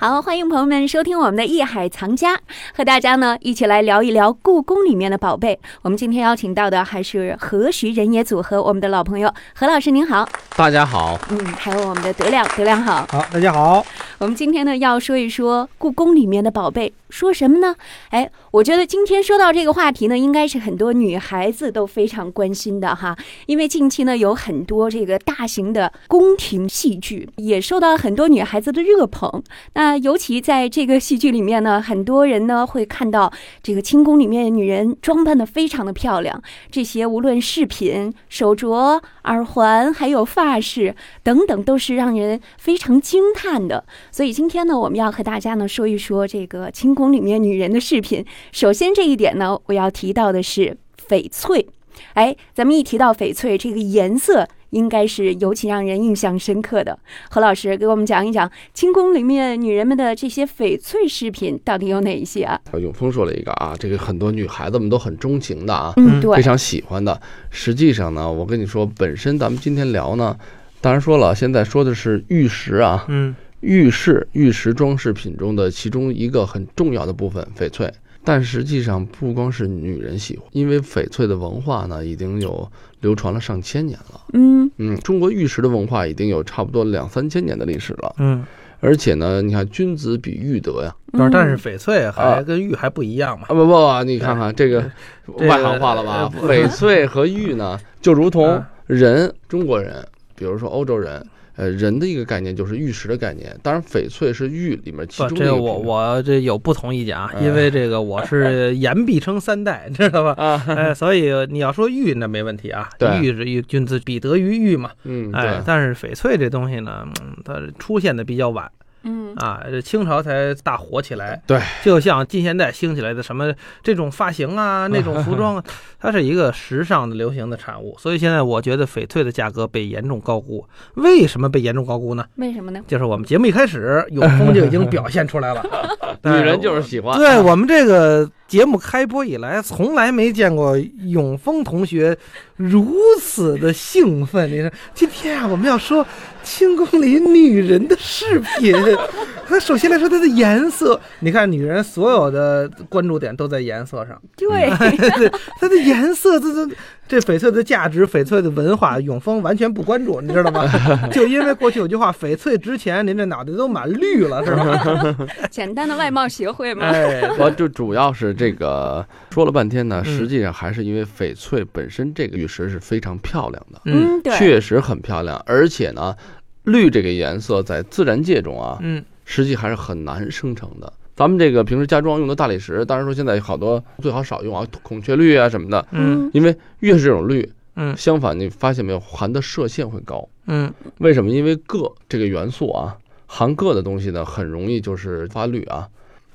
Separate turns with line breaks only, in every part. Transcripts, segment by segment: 好，欢迎朋友们收听我们的《艺海藏家》，和大家呢一起来聊一聊故宫里面的宝贝。我们今天邀请到的还是何许人也组合，我们的老朋友何老师您好，
大家好，
嗯，还有我们的德亮，德亮好。
好，大家好，
我们今天呢要说一说故宫里面的宝贝，说什么呢？哎，我觉得今天说到这个话题呢，应该是很多女孩子都非常关心的哈，因为近期呢有很多这个大型的宫廷戏剧也受到很多女孩子的热捧。那尤其在这个戏剧里面呢，很多人呢会看到这个清宫里面的女人装扮的非常的漂亮，这些无论饰品、手镯、耳环，还有发饰等等，都是让人非常惊叹的。所以今天呢，我们要和大家呢说一说这个清宫里面女人的饰品。首先这一点呢，我要提到的是翡翠。哎，咱们一提到翡翠，这个颜色应该是尤其让人印象深刻的。何老师给我们讲一讲清宫里面女人们的这些翡翠饰品到底有哪一些啊？
永峰说了一个啊，这个很多女孩子们都很钟情的啊，非
嗯，对，
常喜欢的。实际上呢，我跟你说，本身咱们今天聊呢，当然说了，现在说的是玉石啊，
嗯，
玉饰、玉石装饰品中的其中一个很重要的部分——翡翠。但实际上，不光是女人喜欢，因为翡翠的文化呢，已经有流传了上千年了。
嗯
嗯，中国玉石的文化已经有差不多两三千年的历史了。
嗯，
而且呢，你看君子比玉德呀，
不是，但是
嗯
翡翠还跟玉还不一样嘛
啊。不不不，你看看这个
哎这个
外行话了吧？
呃不
翡翠和玉呢，就如同
啊
人，中国人，比如说欧洲人，呃，人的一个概念就是玉石的概念。当然，翡翠是玉里面其
不，
中
这
的一
个
个
我
品
我这有不同意见啊，
嗯
因为这个我 是言必称三代，你知道吧？
啊，
哎，所以你要说玉那没问题啊，
对
玉是玉，君子比得于玉嘛。
嗯，
哎
对，，
但是翡翠这东西呢，嗯它出现的比较晚
嗯
啊，这清朝才大火起来。
对，，
就像近现代兴起来的什么这种发型啊，那种服 装啊，它是一个时尚的流行的产物。所以现在我觉得翡翠的价格被严重高估。为什么被严重高估呢？
为什么呢？
就是我们节目一开始，永峰就已经表现出来了
女人就是喜欢。
对我们这个节目开播以来，从来没见过永峰同学如此的兴奋。你说，今天啊，我们要说清宫里女人的饰品。那 首先来说它的颜色，你看女人所有的关注点都在颜色上，
对，
对它的颜色，这这这翡翠的价值，翡翠的文化，永丰完全不关注，你知道吗？ 就因为过去有句话，翡翠值钱，您这脑袋都满绿了，是 吧？
简单的外貌协会嘛。
哎，
我就主要是这个说了半天呢，
嗯
实际上还是因为翡翠本身这个玉石是非常漂亮的，
嗯
嗯，对，
确实很漂亮，而且呢，绿这个颜色在自然界中啊，
嗯，
实际还是很难生成的。咱们这个平时家装用的大理石，当然说现在好多最好少用啊，孔雀绿啊什么的，
嗯
因为越是这种绿，
嗯
相反你发现没有，含的射线会高。
嗯
为什么？因为铬这个元素啊，含铬的东西呢，很容易就是发绿啊。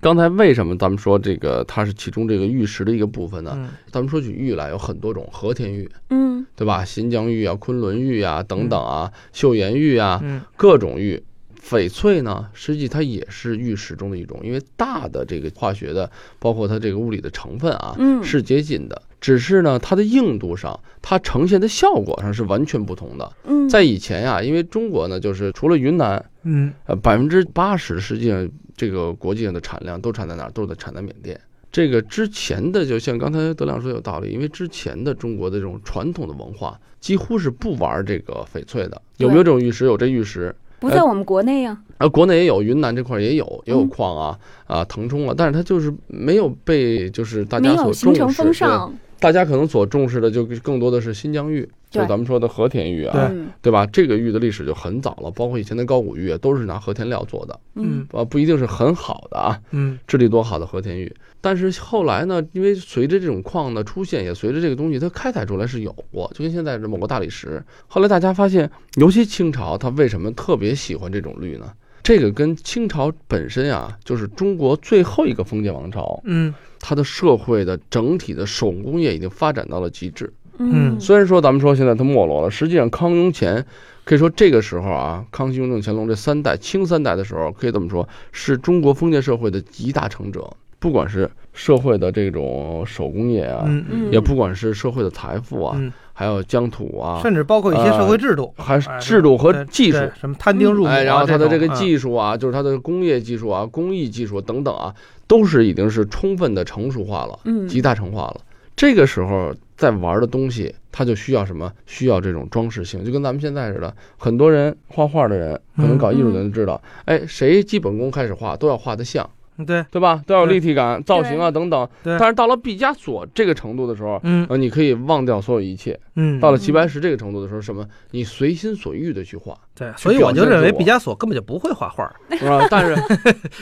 刚才为什么咱们说这个它是其中这个玉石的一个部分呢？
嗯
咱们说起玉来有很多种，和田玉
嗯
对吧？新疆玉啊、昆仑玉啊等等啊，岫岩玉啊，
嗯
各种玉。翡翠呢，实际它也是玉石中的一种，因为大的这个化学的，包括它这个物理的成分啊，
嗯
是接近的。只是呢，它的硬度上，它呈现的效果上是完全不同的。
嗯，
在以前啊呀、因为中国呢，就是除了云南，
嗯
呃，百分之八十实际上这个国际上的产量都产在哪儿？都在产在缅甸。这个之前的，就像刚才德亮说有道理，因为之前的中国的这种传统的文化几乎是不玩这个翡翠的。有没有这种玉石？有这玉石，
不在我们国内啊。
啊，国内也有，云南这块儿也有，也有
嗯
矿啊，啊，腾冲啊，但是它就是没有被就是呃大
没
家
有
所
形
重
成
视，
风
对
尚。
大家可能所重视的就更多的是新疆玉，就
对
咱们说的和田玉啊，
嗯
对吧？这个玉的历史就很早了，包括以前的高古玉啊都是拿和田料做的，
嗯
啊，不一定是很好的啊，
嗯
质地多好的和田玉。但是后来呢，因为随着这种矿的出现，也随着这个东西它开采出来是有过，就跟现在的某个大理石。后来大家发现，尤其清朝，它为什么特别喜欢这种绿呢？这个跟清朝本身啊，就是中国最后一个封建王朝，
嗯
它的社会的整体的手工业已经发展到了极致。
嗯，
虽然说咱们说现在它没落了，实际上康雍乾可以说这个时候啊，康熙、雍正、乾隆这三代清三代的时候，可以这么说，是中国封建社会的集大成者。不管是社会的这种手工业啊，
嗯嗯，
嗯
也不管是社会的财富啊，
嗯
还有疆土啊，
甚至包括一些社会制度，
还是
哎
制度和
对
技术。
对什么摊丁入亩啊，
啊哎，然后它的这个
种
技术啊，就是它的工业技术啊、工艺技术等等啊，都是已经是充分的成熟化了，
嗯
极大成化了。这个时候在玩的东西，它就需要什么？需要这种装饰性，就跟咱们现在似的。很多人画画的人，可能搞艺术的人知道，哎，谁基本功开始画都要画得像，
嗯对，
对吧？都要有
对
立体感、造型啊等等。
对
但是到了毕加索这个程度的时候，
嗯
呃，你可以忘掉所有一切。
嗯，
到了齐白石这个程度的时候，什么？你随心所欲的去画，
对，所以我就认为毕加索根本就不会画画，
是吧？但是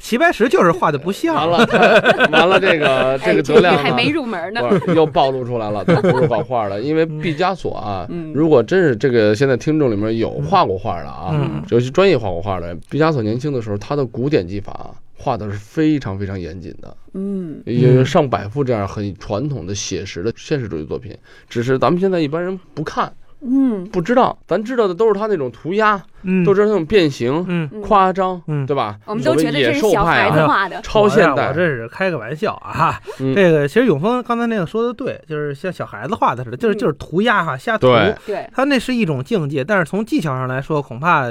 齐白石就是画的不像，
完了， 完了，这个这
哎
个啊德亮
还
呢
没入门呢。
不是又暴露出来了，他不是画画的，因为毕加索啊
嗯，
如果真是这个现在听众里面有画过画的啊，
嗯
尤其专业画过画的，毕加索年轻的时候，他的古典技法画的是非常非常严谨的，
嗯，
也有上百幅这样很传统的写实的现实主义作品，只是咱们现在一般人不看
嗯，
不知道，咱知道的都是他那种涂鸦，
嗯，
都知道那种变形、
嗯，
嗯
夸张，
嗯
对吧？
我们都
所谓
觉得
野
这是
兽
小
派
孩
啊
子画的。
超现
我
代
这，是开个玩笑啊。
嗯
这个其实永峰刚才那个说的对，就是像小孩子画的似的，就是
嗯
就是涂鸦哈，瞎涂。
对
对，
他那是一种境界，但是从技巧上来说，恐怕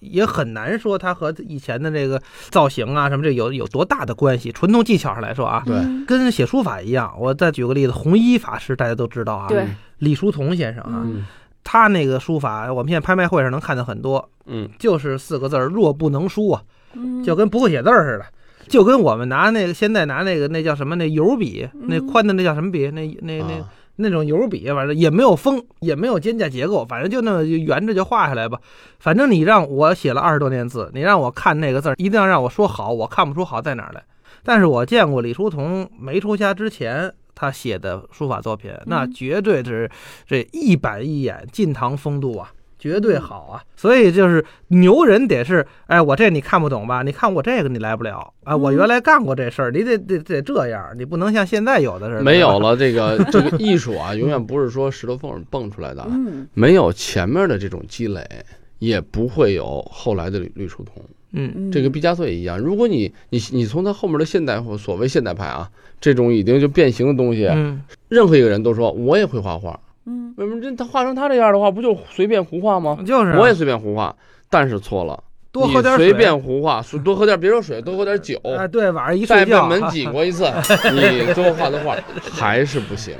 也很难说它和以前的这个造型啊什么这有有多大的关系。纯从技巧上来说啊，
对
嗯
跟写书法一样。我再举个例子，弘一法师大家都知道啊，
对，
李叔同先生啊，
嗯
他那个书法，我们现在拍卖会上能看到很多，
嗯。
就是四个字儿“若不能书”啊。
嗯
就跟不会写字儿似的，就跟我们拿那个现在拿那个那叫什么那油笔，那
嗯
宽的那叫什么笔，那那那
啊
那种油笔，反正也没有锋，也没有尖架结构，反正就那么就圆着就画下来吧。反正你让我写了二十多年字，你让我看那个字儿，一定要让我说好，我看不出好在哪儿来。但是我见过李叔同没出家之前。他写的书法作品，那
嗯
绝对是这一板一眼，晋唐风度啊，绝对
嗯
好啊！所以就是牛人得是，哎，我这你看不懂吧？你看我这个你来不了啊！我
嗯
原来干过这事儿，你得得得这样，你不能像现在有的似的。
没有
了，
了这个这个艺术啊，永远不是说石头缝儿蹦出来的啊，
嗯
没有前面的这种积累，也不会有后来的吕吕叔同。
嗯，
嗯，
这个毕加索也一样，如果你你你从他后面的现代或所谓现代派啊，这种已经就变形的东西，
嗯，
任何一个人都说我也会画画，
嗯
为什么这他画成他这样的话，不就随便胡画吗？
就是啊
我也随便胡画，但是错了，
多喝点
你
水，
随便胡画，随多喝点别说水，多喝点酒。
啊，对，晚上一
再
睡
被
觉，啊
门挤过一次，你最后画的 画还是不行，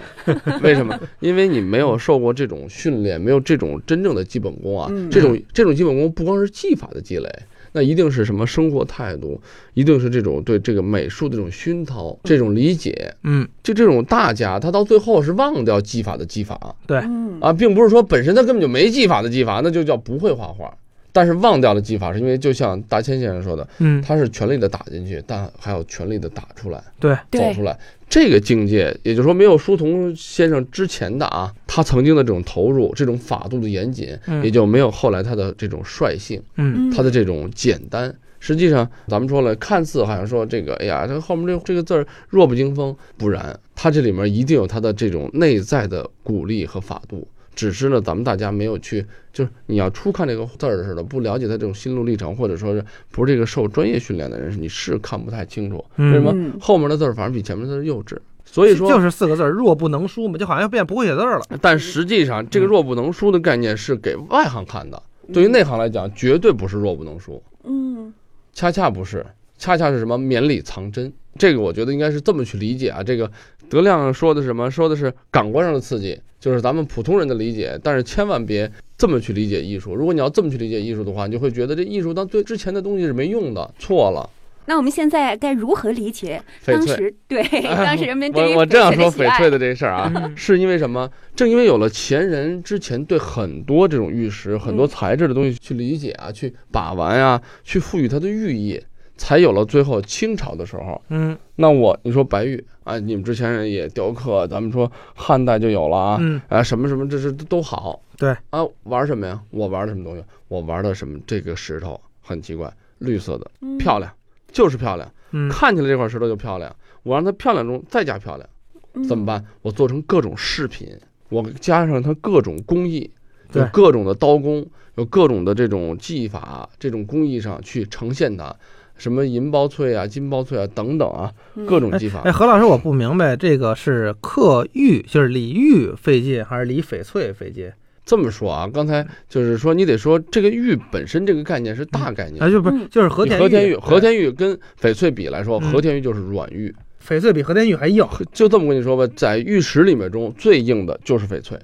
为什么？因为你没有受过这种训练，没有这种真正的基本功啊。
嗯
这种这种基本功不光是技法的积累，那一定是什么生活态度，一定是这种对这个美术的这种熏陶、这种理解。
嗯，
就这种大家，他到最后是忘掉技法的技法
对，
嗯
啊，并不是说本身他根本就没技法的技法，那就叫不会画画。但是忘掉了技法，是因为就像大千先生说的，
嗯，
他是全力的打进去，但还要全力的打出来。
对，
走
对
出来。这个境界，也就是说，没有书童先生之前的啊，他曾经的这种投入、这种法度的严谨，
嗯
也就没有后来他的这种率性、
嗯，
嗯
他的这种简单。实际上，咱们说了，看似好像说这个，哎呀，这后面这这个字儿弱不禁风，不然，他这里面一定有他的这种内在的鼓励和法度。只是呢，咱们大家没有去，就是你要初看这个字儿似的，不了解他这种心路历程，或者说是不是这个受专业训练的人，你是看不太清楚。
嗯
为什么
嗯
后面的字儿反而比前面的字儿幼稚？所以说，
就是四个字儿，弱不能书嘛，就好像变不会写字儿了。
但实际上
嗯
这个弱不能书的概念是给外行看的，对于内行来讲，绝对不是弱不能书，
嗯
恰恰不是，恰恰是什么绵里藏针。这个我觉得应该是这么去理解啊。这个德亮说的是什么？说的是感官上的刺激，就是咱们普通人的理解，但是千万别这么去理解艺术。如果你要这么去理解艺术的话，你就会觉得这艺术当对之前的东西是没用的，错了，
那我们现在该如何理解
翡
当
翠。
时对 当时人们对于
我我这样说翡
翡翠
翠
的喜
的这个事儿啊，
嗯
是因为什么？正因为有了前人之前对很多这种玉石、很多材质的东西去理解啊，去把玩啊，去赋予它的寓意，才有了最后清朝的时候。
嗯
那我你说白玉啊，你们之前人也雕刻，咱们说汉代就有了啊，
嗯
啊什么什么这是都好。
对
啊，玩什么呀？我玩的什么东西？我玩的什么？这个石头很奇怪，绿色的，
爱，
漂亮，就是漂亮。
嗯
看起来这块石头就漂亮，我让它漂亮中再加漂亮，
亮
怎么？办？我做成各种饰品，我加上它各种工艺，有
对
各种的刀工，有各种的这种技法、这种工艺上去呈现它，什么银包翠啊、金包翠啊等等啊，
嗯
各种技法
哎，。何老师，我不明白这个是克玉，就是李煜费劲，还是李翡翠费劲？
这么说啊，刚才就是说你得说这个玉本身这个概念是大概念
啊，。就不是
嗯
就是和
你
田
和田玉，
玉，哎
和田玉跟翡翠比来说，
嗯
和田玉就是软玉。
翡翠比和田玉还硬
就这么跟你说吧，在玉石里面中最硬的就是翡翠。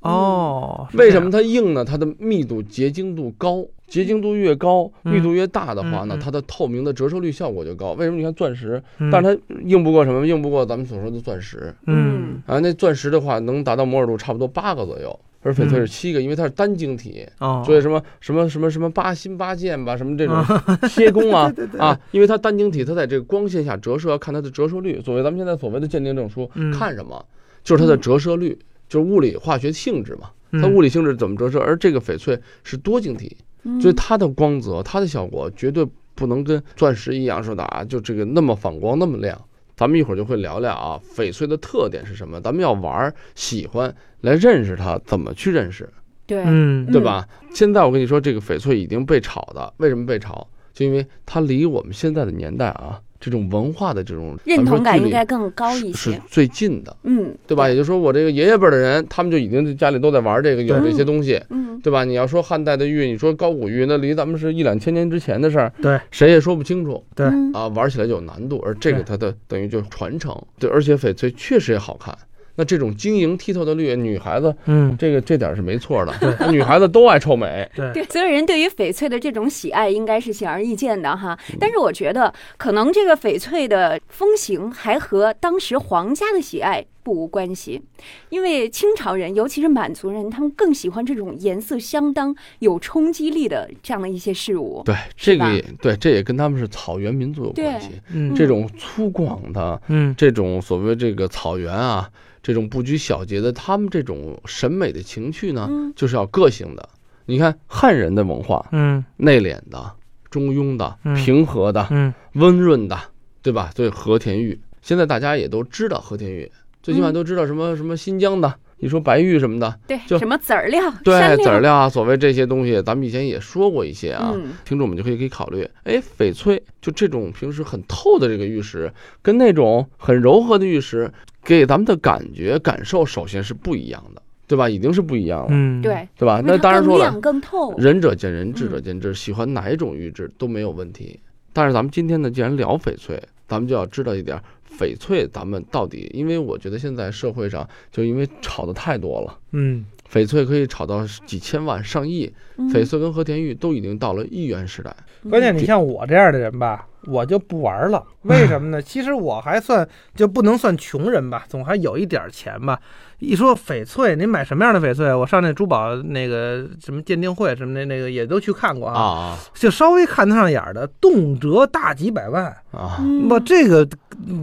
哦。是这
为
样
什么它硬呢？它的密度、结晶度高，结晶度越高，
嗯
密度越大的话呢
嗯嗯，
它的透明的折射率效果就高。为什么你看钻石？
嗯
但是它硬不过什么？硬不过咱们所说的钻石
嗯
啊。那钻石的话，能达到摩尔度差不多八个左右，而翡翠
嗯
是七个，因为它是单晶体。
哦，
所以什么什么什么什么八心八箭吧，什么这种
哦
贴工啊啊，因为它单晶体，它在这个光线下折射，要看它的折射率。所谓咱们现在所谓的鉴定证书
嗯，
看什么？就是它的折射率，就是物理化学性质嘛。它
嗯
物理性质怎么折射？而这个翡翠是多晶体，
嗯
所以它的光泽、它的效果绝对不能跟钻石一样说的啊，就这个那么反光那么亮。咱们一会儿就会聊聊啊，翡翠的特点是什么？咱们要玩儿、喜欢来认识它，怎么去认识？
对，
嗯
对吧？现在我跟你说，这个翡翠已经被炒的，为什么被炒？就因为它离我们现在的年代啊，这种文化的这种
认同感应该
咱们说距离
更高一
是
些
是。最近的，
嗯，
对吧？也就是说，我这个爷爷辈儿的人，他们就已经家里都在玩这个，有这些东西。
嗯，
对吧？你要说汉代的玉，你说高古玉，那离咱们是一两千年之前的事儿，
对，
谁也说不清楚
对
嗯
啊。玩起来就有难度，而这个
对
它的等于就是传承，对，而且翡翠确实也好看。那这种晶莹剔透的绿，女孩子
嗯
这个这点儿是没错的，女孩子都爱臭美，
对
对， 所有人对于翡翠的这种喜爱应该是显而易见的哈。
嗯
但是我觉得，可能这个翡翠的风行还和当时皇家的喜爱不无关系，因为清朝人，尤其是满族人，他们更喜欢这种颜色相当有冲击力的这样的一些事物。
对，这
吧
个也对，这也跟他们是草原民族有关
对
系。
嗯
这种粗犷的，
嗯
这种所谓这个草原啊，这种不拘小节的，他们这种审美的情趣呢，
嗯
就是要个性的。你看汉人的文化，
嗯
内敛的、中庸的、
嗯
平和的、
嗯
温润的，对吧？所以和田玉，现在大家也都知道和田玉，最起码
嗯
都知道什么什么新疆的，你说白玉什么的，
对，
就
什么籽儿料、
对
山
籽儿料啊，所谓这些东西，咱们以前也说过一些啊。
嗯，
听众们就可以可以考虑，哎，翡翠就这种平时很透的这个玉石，跟那种很柔和的玉石，给咱们的感觉感受首先是不一样的，对吧？已经是不一样了，
嗯，
对，
对吧？
因为
啊那
它
当然
更
说了
亮，更透。
仁者见仁，
嗯
智者见智，喜欢哪一种玉质都没有问题。但是咱们今天呢，既然聊翡翠，咱们就要知道一点，翡翠咱们到底，因为我觉得现在社会上就因为炒的太多了。
嗯
翡翠可以炒到几千万、上亿，
嗯
翡翠跟和田玉都已经到了亿元时代。
关键你像我这样的人吧，我就不玩了。为什么 呢？其实我还算就不能算穷人吧，总还有一点钱吧。一说翡翠，您买什么样的翡翠？啊我上那珠宝那个什么鉴定会什么的，那个也都去看过啊，
啊
就稍微看得上眼儿的，动�辄大几百万，
啊！
嗯
我这个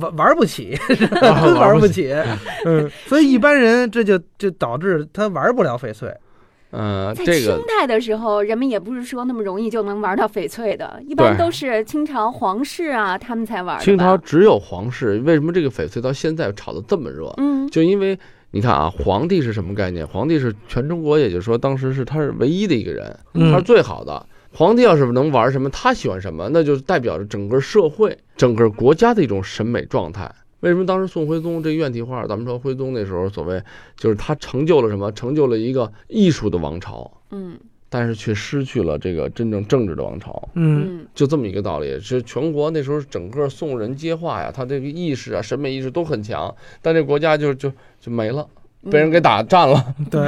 玩玩不 起，真啊玩不起。 嗯，所以一般人这就就导致他玩不了翡翠。
呃，
嗯在
这个
清代的时候，人们也不是说那么容易就能玩到翡翠的，一般
对
都是清朝皇室啊，他们才玩的吧。
清朝只有皇室，为什么这个翡翠到现在炒得这么热？
嗯，
就因为你看啊，皇帝是什么概念？皇帝是全中国，也就是说当时是他是唯一的一个人，
嗯
他是最好的。皇帝要是能玩什么，他喜欢什么，那就是代表着整个社会、整个国家的一种审美状态。为什么当时宋徽宗这院体画，咱们说徽宗那时候所谓就是他成就了什么？成就了一个艺术的王朝，
嗯
但是却失去了这个真正政治的王朝。
嗯
嗯
就这么一个道理。是全国那时候整个宋人接话呀，他这个意识啊、审美意识都很强，但这国家就就就没了，
嗯，
被人给打占 了。
嗯对，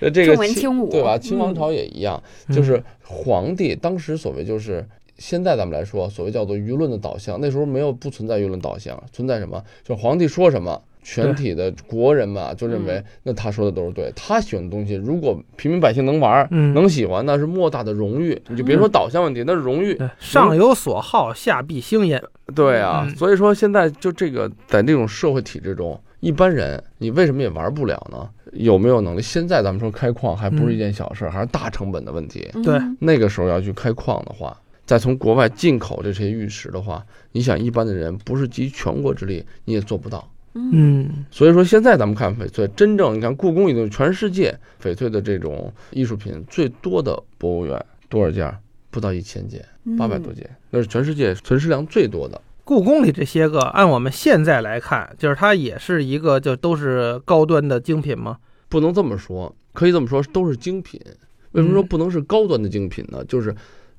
呃这个
重文轻武
对吧？
嗯
清王朝也一样，就是皇帝当时所谓就是。现在咱们来说，所谓叫做舆论的导向，那时候没有不存在舆论导向，存在什么？就是皇帝说什么，全体的国人们啊就认为
嗯
那他说的都是对，他喜欢的东西，如果平民百姓能玩儿，
嗯
能喜欢，那是莫大的荣誉。你就别
嗯
说导向问题，那是荣誉。
对上有所好，下必兴焉。
对啊，
嗯
所以说现在就这个在那种社会体制中，一般人你为什么也玩不了呢？有没有能力？现在咱们说开矿还不是一件小事儿，还是大成本的问题。
嗯
对
那个时候要去开矿的话，再从国外进口这些玉石的话，你想一般的人不是集全国之力，你也做不到。
嗯
嗯，
所以说，现在咱们看翡翠，真正你看故宫已经全世界翡翠的这种艺术品最多的博物院多少件？不到一千件，
嗯
八百多件，那是全世界存世量最多的。
故宫里这些个，按我们现在来看，就是它也是一个，就都是高端的精品吗？
不能这么说，可以这么说，都是精品。为什么说
嗯
不能是高端的精品呢？就是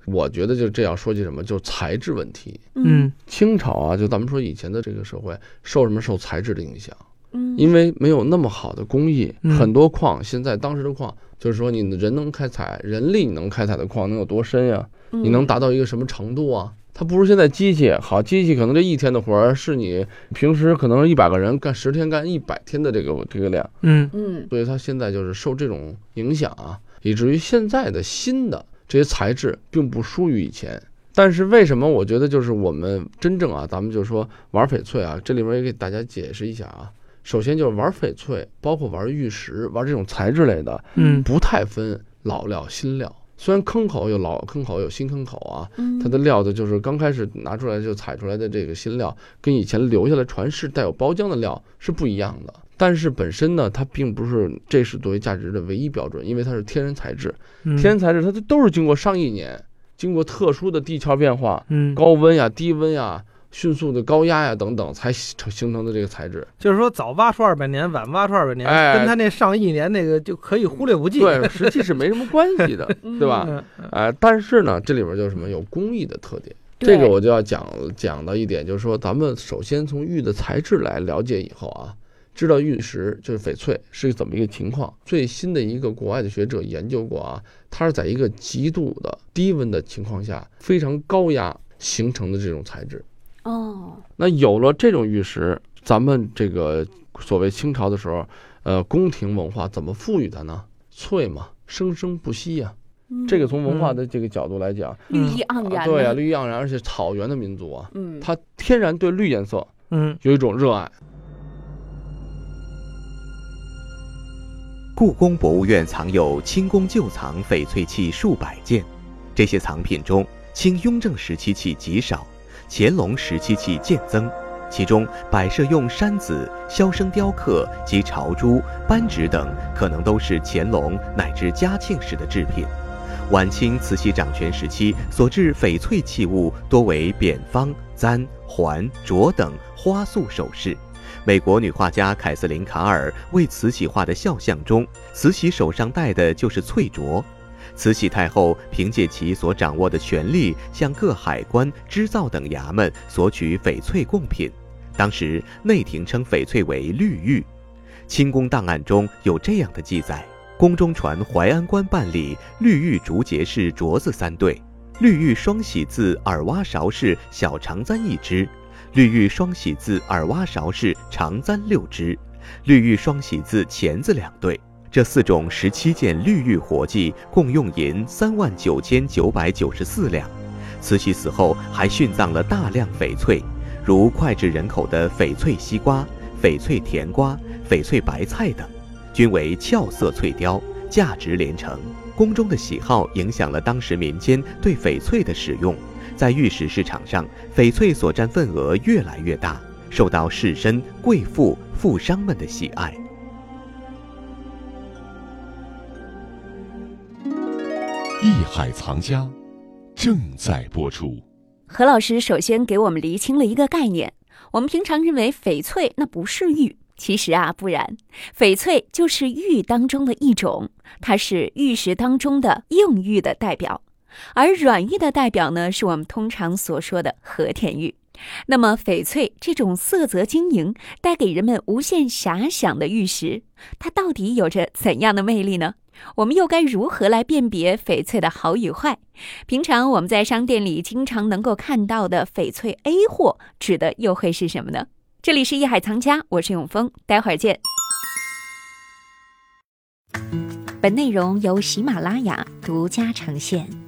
我觉得就这样说起什么，就是材质问题。
嗯
清朝啊，就咱们说以前的这个社会受什么受材质的影响？
嗯，
因为没有那么好的工艺，
嗯
很多矿现在当时的矿，就是说你的人能开采，人力你能开采的矿能有多深呀、
嗯
你
嗯
能达到一个什么程度啊？它不如现在机器好，机器可能这一天的活儿是你平时可能一百个人干十天干一百天的这个这个量，
嗯
嗯
所以它现在就是受这种影响啊，以至于现在的新的这些材质并不输于以前。但是为什么我觉得就是我们真正啊，咱们就说玩翡翠啊，这里面也给大家解释一下啊。首先就是玩翡翠，包括玩玉石、玩这种材质类的，
嗯
不太分老料新料。虽然坑口有老坑口有新坑口啊，
嗯，
它的料的就是刚开始拿出来就采出来的这个新料，跟以前留下来传世带有包浆的料是不一样的。但是本身呢，它并不是这是作为价值的唯一标准，因为它是天然材质。
嗯，
天然材质它都是经过上亿年，经过特殊的地壳变化、
嗯，
高温呀、低温呀、迅速的高压呀等等才形形成的这个材 质。
就是说早挖出二百年，晚挖出二百年，
哎
跟他那上亿年那个就可以忽略不计。
对，实际是没什么关系的，
嗯
对吧？
嗯，
哎，但是呢，这里边就是什么有工艺的特点。
对
这个我就要讲讲到一点，就是说，咱们首先从玉的材质来了解以后啊，知道玉石就是翡翠是怎么一个情况。最新的一个国外的学者研究过啊，它是在一个极度的低温的情况下，非常高压形成的这种材质。
哦，
那有了这种玉石，咱们这个所谓清朝的时候，呃，宫廷文化怎么赋予它呢？翠嘛，生生不息呀、
嗯
这个从文化
嗯
的这个角度来讲，
绿意盎然
啊
啊，
对呀、绿意盎然，而且草原的民族啊，
嗯，
他天然对绿颜色
嗯，
有一种热爱。
故宫博物院藏有清宫旧藏翡翠器数百件，这些藏品中，清雍正时期器极少，乾隆时期器渐增。其中，摆设用山子、箫声雕刻及朝珠、扳指等，可能都是乾隆乃至嘉庆时的制品。晚清慈禧掌权时期所制翡翠器物多为扁方、簪、环、镯等花束首饰。美国女画家凯瑟琳·卡尔为慈禧画的肖像中，慈禧手上戴的就是翠镯。慈禧太后凭借其所掌握的权力，向各海关、织造等衙门索取翡翠贡品。当时内廷称翡翠为绿玉。清宫档案中有这样的记载：宫中传淮安官办理绿玉竹节式镯子三对，绿玉双喜字耳挖勺式小长簪一只，绿玉双喜字耳挖勺式长簪六只，绿玉双喜字钳子两对。这四种十七件绿玉活计共用银三万九千九百九十四两。慈禧死后还殉葬了大量翡翠，如脍炙人口的翡翠西瓜、翡翠甜瓜、翡翠白菜等，均为俏色翠雕，价值连城。宫中的喜好影响了当时民间对翡翠的使用，在玉石市场上，翡翠所占份额越来越大，受到士绅、贵妇、富商们的喜爱。
艺海藏家正在播出。
何老师首先给我们厘清了一个概念。我们平常认为翡翠那不是玉，其实啊不然，翡翠就是玉当中的一种，它是玉石当中的硬玉的代表。而软玉的代表呢，是我们通常所说的和田玉。那么，翡翠这种色泽晶莹、带给人们无限遐想的玉石，它到底有着怎样的魅力呢？我们又该如何来辨别翡翠的好与坏？平常我们在商店里经常能够看到的翡翠 A 货，指的又会是什么呢？这里是艺海藏家，我是永峰，待会儿见。本内容由喜马拉雅独家呈现。